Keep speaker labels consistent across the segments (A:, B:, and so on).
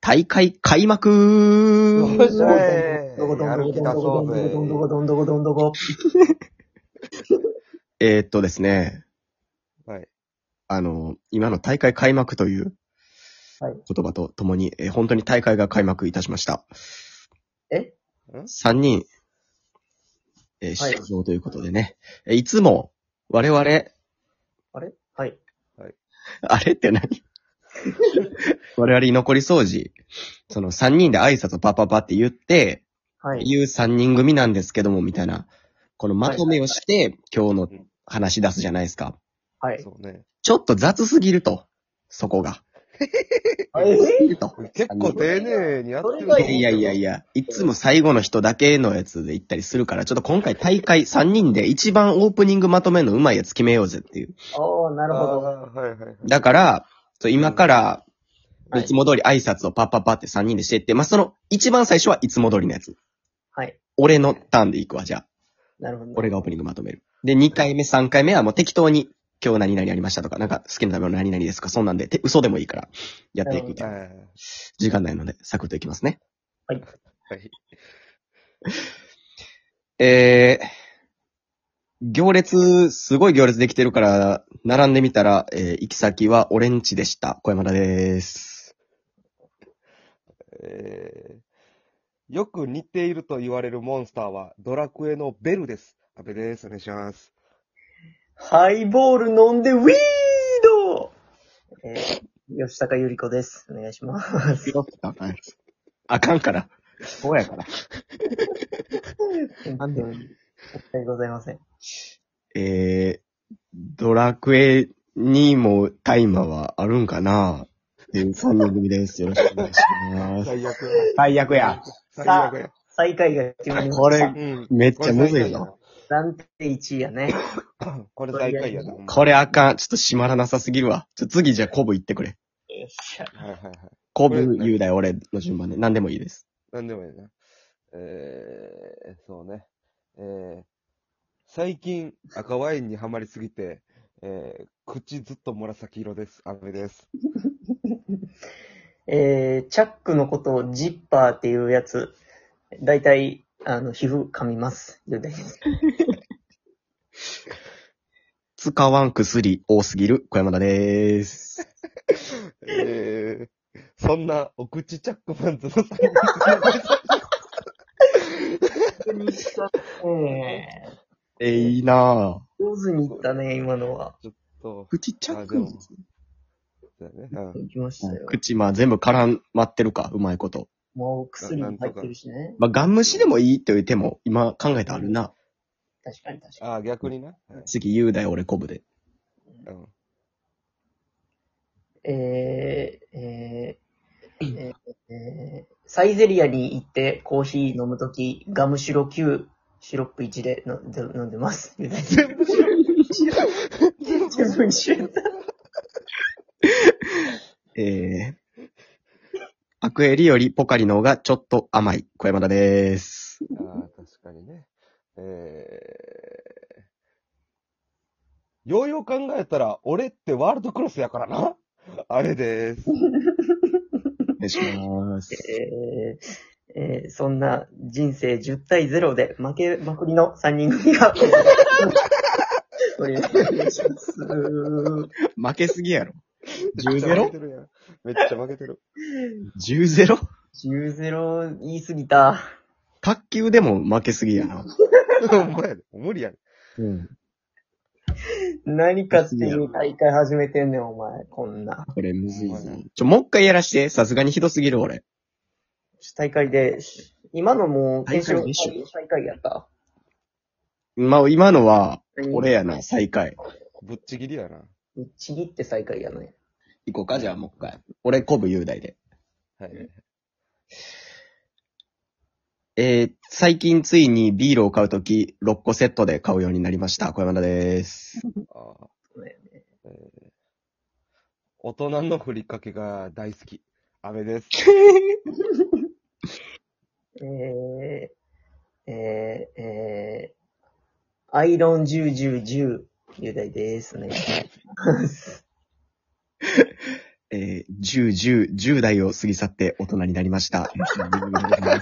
A: 大会開幕
B: よっしゃい
C: どこどんどこどんどこどんどこどんどこどんどこどんどこ。
A: えーっとですね、
B: はい。
A: あの、今の大会開幕という
C: はい
A: 言葉とともに、えー本当に大会が開幕いたしました。
C: え
A: ?3 人、えー
C: はい
A: 出場ということでね、えーいつも我々、
C: あれはい。
A: あれって何 我々居残り掃除、その3人で挨拶をパパパって言って、
C: はい。
A: いう3人組なんですけども、みたいな、このまとめをして、今日の話し出すじゃないですか。
C: はい。
B: そうね。
A: ちょっと雑すぎると、そこが。雑すぎると
B: 結構丁寧にやってる
C: それが
A: いやいやいや、いつも最後の人だけのやつで行ったりするから、ちょっと今回大会3人で一番オープニングまとめるのうまいやつ決めようぜっていう。
C: おー、な
B: な
C: るほど。
B: はいはいはい。
A: だから、そう今から、
C: はい
A: いつも通り挨拶をパッパッパって3人でしていって、まあ、その、一番最初はいつも通りのやつ。
C: はい。
A: 俺のターンで行くわ、じゃあ。
C: なるほど。
A: 俺がオープニングまとめる。で、2回目、3回目はもう適当に、今日何々ありましたとか、なんか好きな食べ物何々ですとか、そんなんで、て嘘でもいいから、やっていくみたいな。
B: え
A: 時間ないので、サクッといきますね。
B: ーはい。
A: えー、行列、すごい行列できてるから、並んでみたら、えー、行き先はオレンジでした。小山田です。
B: えーよく似ていると言われるモンスターは、ドラクエのベルです。安倍です。お願いします。
C: ハイボール飲んでウィードえー、吉高由里子です。お願いします。
A: あかん。あかんから。そうやから。
C: なんで申し訳ございません。
A: えー、ドラクエにも大麻はあるんかなっていう3人組です。よろしくお願いします。
B: 最悪。
A: 最悪や。
B: 最悪や。
C: 最下位が決まりました。
A: これ
B: うん。
A: めっちゃむずいぞ。
C: 暫定1位やね。
B: これ最下位やな。
A: こ
B: れ。
A: れあかん。ちょっと閉まらなさすぎるわ。ちょ、次じゃあコブ行ってくれ。
C: よっしゃ。
B: はいはいはい。
A: コブ、雄大、俺の順番で。何でもいいです。
B: なんでもいいな。えー、そうね。えー、最近赤ワインにはまりすぎて、えー、口ずっと紫色です。安倍です。
C: えー、チャックのことをジッパーっていうやつ、だいたい、あの、皮膚噛みます。ゆうでです。
A: 使わん薬多すぎる小山田でー す。
B: えー、そんなお口チャックパンツの最
C: えー、
A: えー、いいなぁ。
C: 上手にいったね、今のは。
B: と、
A: 口ちゃくんです
B: だね。うん
C: いきましたよ。
A: 口、まあ全部絡まってるか、うまいこと。
C: もう薬も入ってるしね。
A: まあ、ガン虫でもいいという手も今考えたらあるな。
C: 確かに確か
B: ああ、逆にな。はい
A: 次、雄大、俺、コブで。
B: うん
C: に。えー、えー、えー、えーサイゼリアに行ってコーヒー飲むとき、ガムシロ9、シロップ1で飲んで飲んでます。 ゆうでです
B: 全部知らん
C: 全部一緒やった。
A: えー、アクエリよりポカリの方がちょっと甘い。小山田でーす。
B: ああ、確かにね。えー、ようよう考えたら、俺ってワールドクロスやからな。あれです。
A: お願いし ます。
C: えーえーそんな人生10対0で負けまくりの3人組 が、お願いします。
A: 負けすぎ やろ。
B: めっちゃ負け
A: 10-0?10-0?
B: てるやんめっちゃ負けてる。
C: 10-0言い過ぎた。
A: 卓球でも負けすぎやな。
B: お前やで無理やね
A: うん。
C: 何かっていう大会始めてんねん、お前。こんな。
A: これむずいぞ
B: ほんまや。
A: ちょ、もう一回やらして。さすがにひどすぎる、俺。
C: 大会で、今のもう、
A: 大会でしょ
C: 大会やった。
A: まあ、今のは、俺やな、最下位。
B: ぶっちぎりやな。
C: ぶっちぎって最下位やね。
A: 行こうか、じゃあもう一回。俺、コブ雄大で。
B: はい。
A: えー、最近ついにビールを買うとき、6個セットで買うようになりました。小山田でーす。
B: あー
C: そうだよね
B: えー大人のふりかけが大好き。安倍 です。
C: えー、えー、えー、アイロン10、10、10、雄大ですね。
A: えー、10、10、10代を過ぎ去って大人になりました。よろしくお願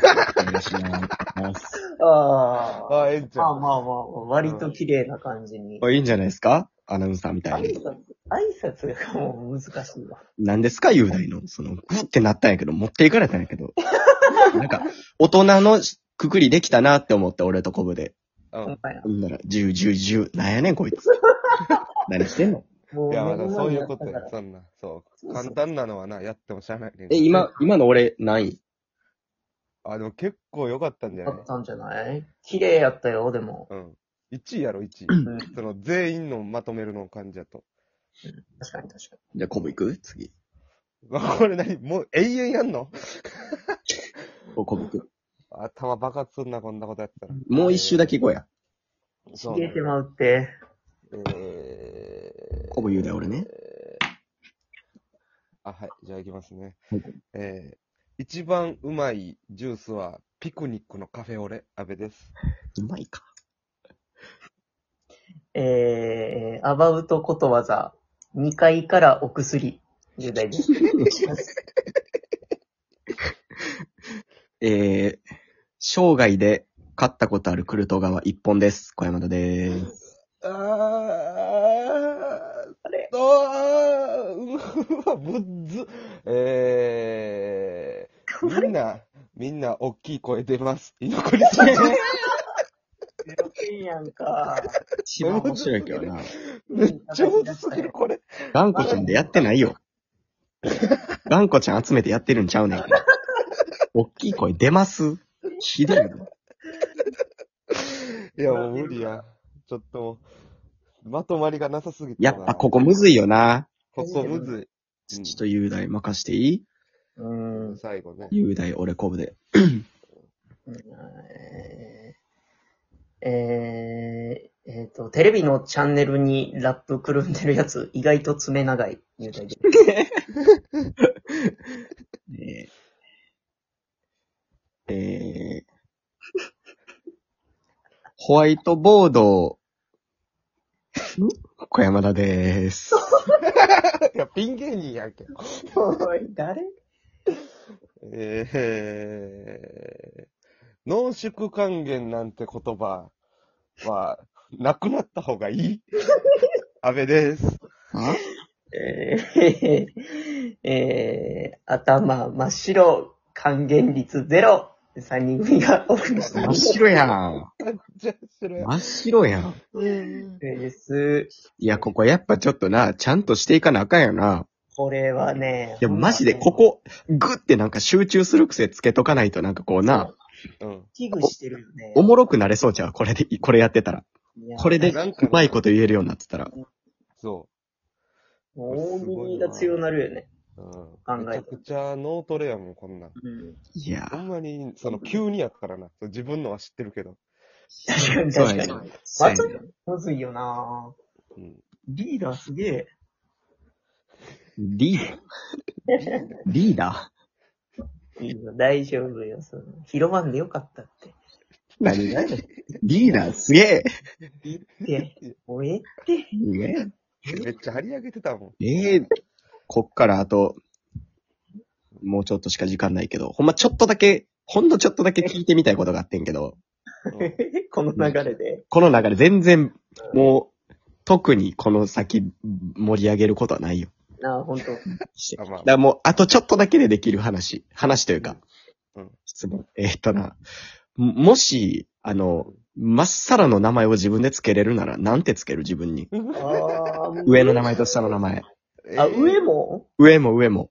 A: いし ます。
C: ああ。
B: あ、えんちゃ
C: まあ
B: ん。
C: まあまあ、割と綺麗な感じに。
A: これいいんじゃないですかアナウンサーみたい
C: 挨
A: に。
C: 拶、挨拶がもう難しいわ。
A: 何ですか雄大の。その、グってなったんやけど、持っていかれたんやけど。 なんか、大人のくくりできたなって思って、俺とコブで。
B: うん
C: ほんまや
A: ほんなら、10、10、10。なんやねん、こいつ。 何してんの
C: も
B: いや、ま
C: 目
B: だ
C: の
B: そう
C: 前
B: い
C: に
B: う
C: あ
B: こ
C: っ
B: と
C: たか
B: や
C: ら。
B: そんな。そ
C: そう
B: う。
C: そう
B: 簡単なのはな、やってもしゃあないねん
A: え、今、今の俺、何位
B: あ、でも結構良かったんじゃ
C: あ
B: ない
C: ったんじゃない綺麗やったよ、でも。
B: うん。1位やろ、1位。
C: うん。確
B: その、全員のまとめるの感じやと。
C: かに確か
A: じゃあ、コブ行く次。
B: これ何もう永遠やんの
A: おコブ行く。
B: 頭爆発すんな、こんなことやってたら。
A: もう一周だけ行こうや。
C: に。ち
B: そう
C: げえてまうって。
B: えー、
A: コブ雄大俺ね。
B: あ、はい。じゃあ行きますね
A: はい。
B: えー、一番うまいジュースは、ピクニックのカフェオレ、安倍です。
A: うまいか。
C: えー、アバウトことわざ。2階からお薬。10代 です。
A: えー、生涯で勝ったことあるクルトガは一本です。小山田でーす。
B: あー、
C: あれ
B: あー、うわ、むっず。えー、みんな、みんな、大きい声出ます。居残りちゃん。
C: ゼロ点やんか。
A: 一番面白いけどな。
B: めっちゃむずすぎる、これ。
A: 頑固ちゃんでやってないよ。頑固ちゃん集めてやってるんちゃうねん。おっきい声出ますひどいな。
B: いや、もう無理や。ちょっともう、まとまりがなさすぎて。
A: やっぱここむずいよな。
B: ここむずい。
A: ちょっと雄大任していい
C: うん。
B: うん、最後ね。
A: 雄大俺コブで。
C: えー、えーえーと、テレビのチャンネルにラップくるんでるやつ、意外と爪長い、言うたりで。
A: えーえーホワイトボードを、ん小山田でーす。
B: いや、ピン芸人やんけ。
C: おい、誰
B: えー、濃縮還元なんて言葉は、なくなった方がいい安倍です。
A: あ
C: えー、 えー、頭真っ白、還元率ゼロ、3人組がお送りして
A: 真
C: ま
A: っ
C: す。
A: 白やん。
B: じゃあ、それ。
A: 真っ白やん。
C: です。
A: いや、ここやっぱちょっとな、ちゃんとしていかなあかんよな。
C: これはね。
A: でもマジでここ、グってなんか集中する癖つけとかないとなんかこうな、
B: うん。
C: 危惧してるよね
A: お。もろくなれそうじゃん。これで、これやってたら。
C: いや
A: これで、
B: なん
A: う
B: か
A: まいこと言えるようになってたら。
B: そ
C: もう大喜利が強なるよね。
B: う。う
C: えて
B: ん。めちゃくちゃ脳トレやもん、こんなん。
C: うん。
A: いや
B: ほんまに、その、急にやったからな。そう自分のは知ってるけど。
C: 確かに
A: ー、そう
C: 確か
A: や
C: に。
A: な。そう
C: ま
A: や
C: ず、
A: ない
C: むずいよなぁ。
B: うん。
C: リーダーすげえ。
A: リーダー リーダー
C: いいよ、大丈夫よ。その広まんでよかったって。
A: 何がリーダーすげえ。
C: 言って、おえ って。
B: めっちゃ張り上げてたもん。
A: ええこっからあと、もうちょっとしか時間ないけど、ほんまちょっとだけ、ほんのちょっとだけ聞いてみたいことがあってんけど、
B: うん
C: この流れで。
A: この流れ全然、もう、特にこの先盛り上げることはないよ。
C: なあ、ほんと。
A: して
B: あ
A: だか
B: まあ
A: らもう、あとちょっとだけでできる話、話というか、
B: うん
A: 質問。えーっとな、ももし、あの、まっさらの名前を自分で付けれるなら、なんて付ける自分に。
C: あー
A: 上の名前と下の名前。
C: あ、上も
A: 上も上も。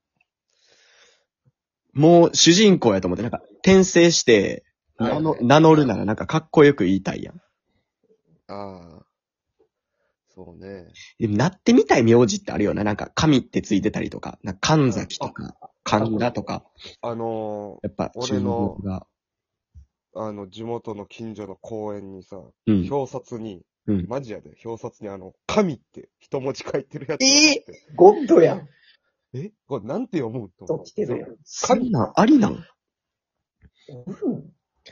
A: もう主人公やと思って、なんか転生して、名の名乗るならなんかかっこよく言いたいやん。
B: ああ。そうね。
A: でもなってみたい名字ってあるよな。なんか神ってついてたりとか、なんか神崎とか、神田とか、
B: あの
A: やっぱ
B: 俺の
A: 中国が。
B: ー、あの、地元の近所の公園にさ、
A: うん。
B: 表札に、
A: うん
B: マジやで、表札にあの、神って一文字書いてるやつが
A: え
B: あって。
C: ゴッドやん。
B: えこれなんて読むんと
C: と
B: 思
C: 来てるやん。
A: そんなんありなん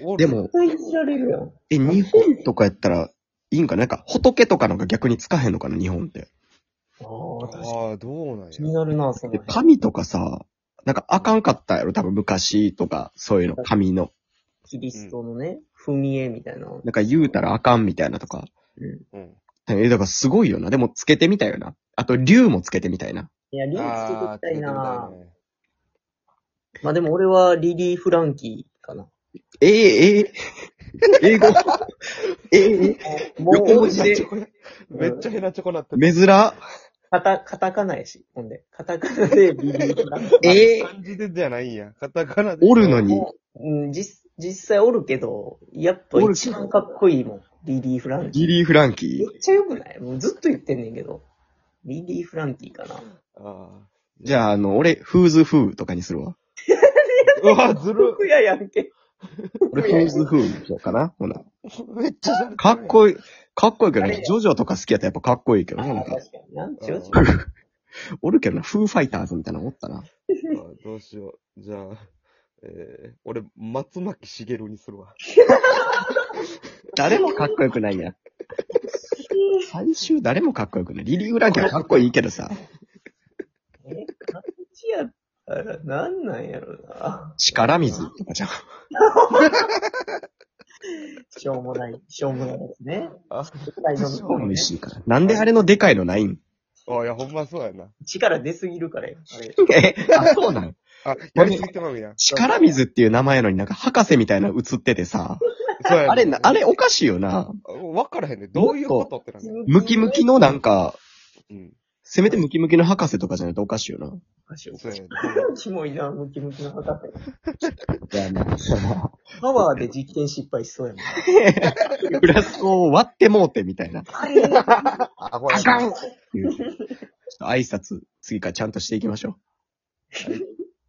C: うん。
B: う。
A: でも、
C: 絶対いじられるやん。
A: え、日本とかやったらいいんかななんか仏とかのが逆につかへんのかな日本って。
C: ああ、確かに。
B: ああ、どうなん
C: 気に
B: や。
C: なるな、その
A: で
C: 辺。
A: 紙とかさ、なんかあかんかったやろ、多分昔とか、そういうの、紙の。
C: キリストのね、踏み絵みたいな。うん
A: なんか言うたらあかんみたいなとか。
B: うん。
A: え、だからすごいよな。でもつけてみたいよな。あと、竜もつけてみたいな。
C: いや、リリーつけて
B: あ
C: い
B: あ
C: きたいな
B: つけてみたいね
C: まあでも俺はリリー・フランキーかな。
A: ええええ 英語。ええ
C: もう
A: 横文字
C: 俺
A: で
C: だって
B: めっちゃヘナチョコなってる。
A: 珍。
C: カタ、カタカナやし。ほんで。カタカナでリリー・フランキー。
A: ええ
B: 漢字でじゃないんや。カタカナで。
A: おるのに、
C: うん、実、実際おるけど、やっぱ一番かっこいいもん。リリー・フランキ
A: ギ
C: ー。
A: リー・フランキ
C: め
A: ー。
C: っちゃ良くないもうずっと言ってんねんけど。リリー・フランキーかな。
B: あ
A: じゃあ、あの、俺、フーズ・フーとかにするわ。
B: あ。うわ、ずる
C: 僕ややんけ。
A: 俺、フーズ・フーにしようかな。ほな。
B: めっちゃ喋
A: かっこいい。かっこいいけど
C: あ
A: ね
C: れ。
A: ジョジョとか好きやったらやっぱかっこいいけど
C: あ
A: ね。なん
C: ー
A: か、
C: 確かにな。ちょちょ
A: おるけどな。フーファイターズみたいなのおったな。
B: るわどうしよう。じゃあ、えー、俺、松巻しげるにするわ。
A: 誰もかっこよくないやん。最終誰もかっこよくない。リリー・フランキーはかっこいいけどさ。
C: え、感じやったらなんなんやろな。
A: 力水とかじゃん。
C: しょうもない、しょうもないですね。
B: あ、
C: 大丈
A: そう
C: 夫
A: 美味しいから。なんであれのでかいのないん
B: あいや、ほんまそうやな。
C: 力出すぎるからよ。あれ。
A: え、あ、そうなん
B: あ、やりすぎてまうやん。
A: 力水っていう名前やのになんか博士みたいなの映っててさ。
B: そうや
A: あれな、あれおかしいよな。
B: わからへんね。どういうことってなんだよ
A: ムキムキのなんか、
B: うん。
A: せめてムキムキの博士とかじゃないとおかしいよな。
B: そうやね。
C: キモいな、ムキムキの博士。
A: いやな。
C: パワーで実験失敗しそうやもん。
A: フラスコを割ってもうてみたいな。
C: あれ
B: あ、ほら。
A: いうちょっと挨拶、次からちゃんとしていきましょう。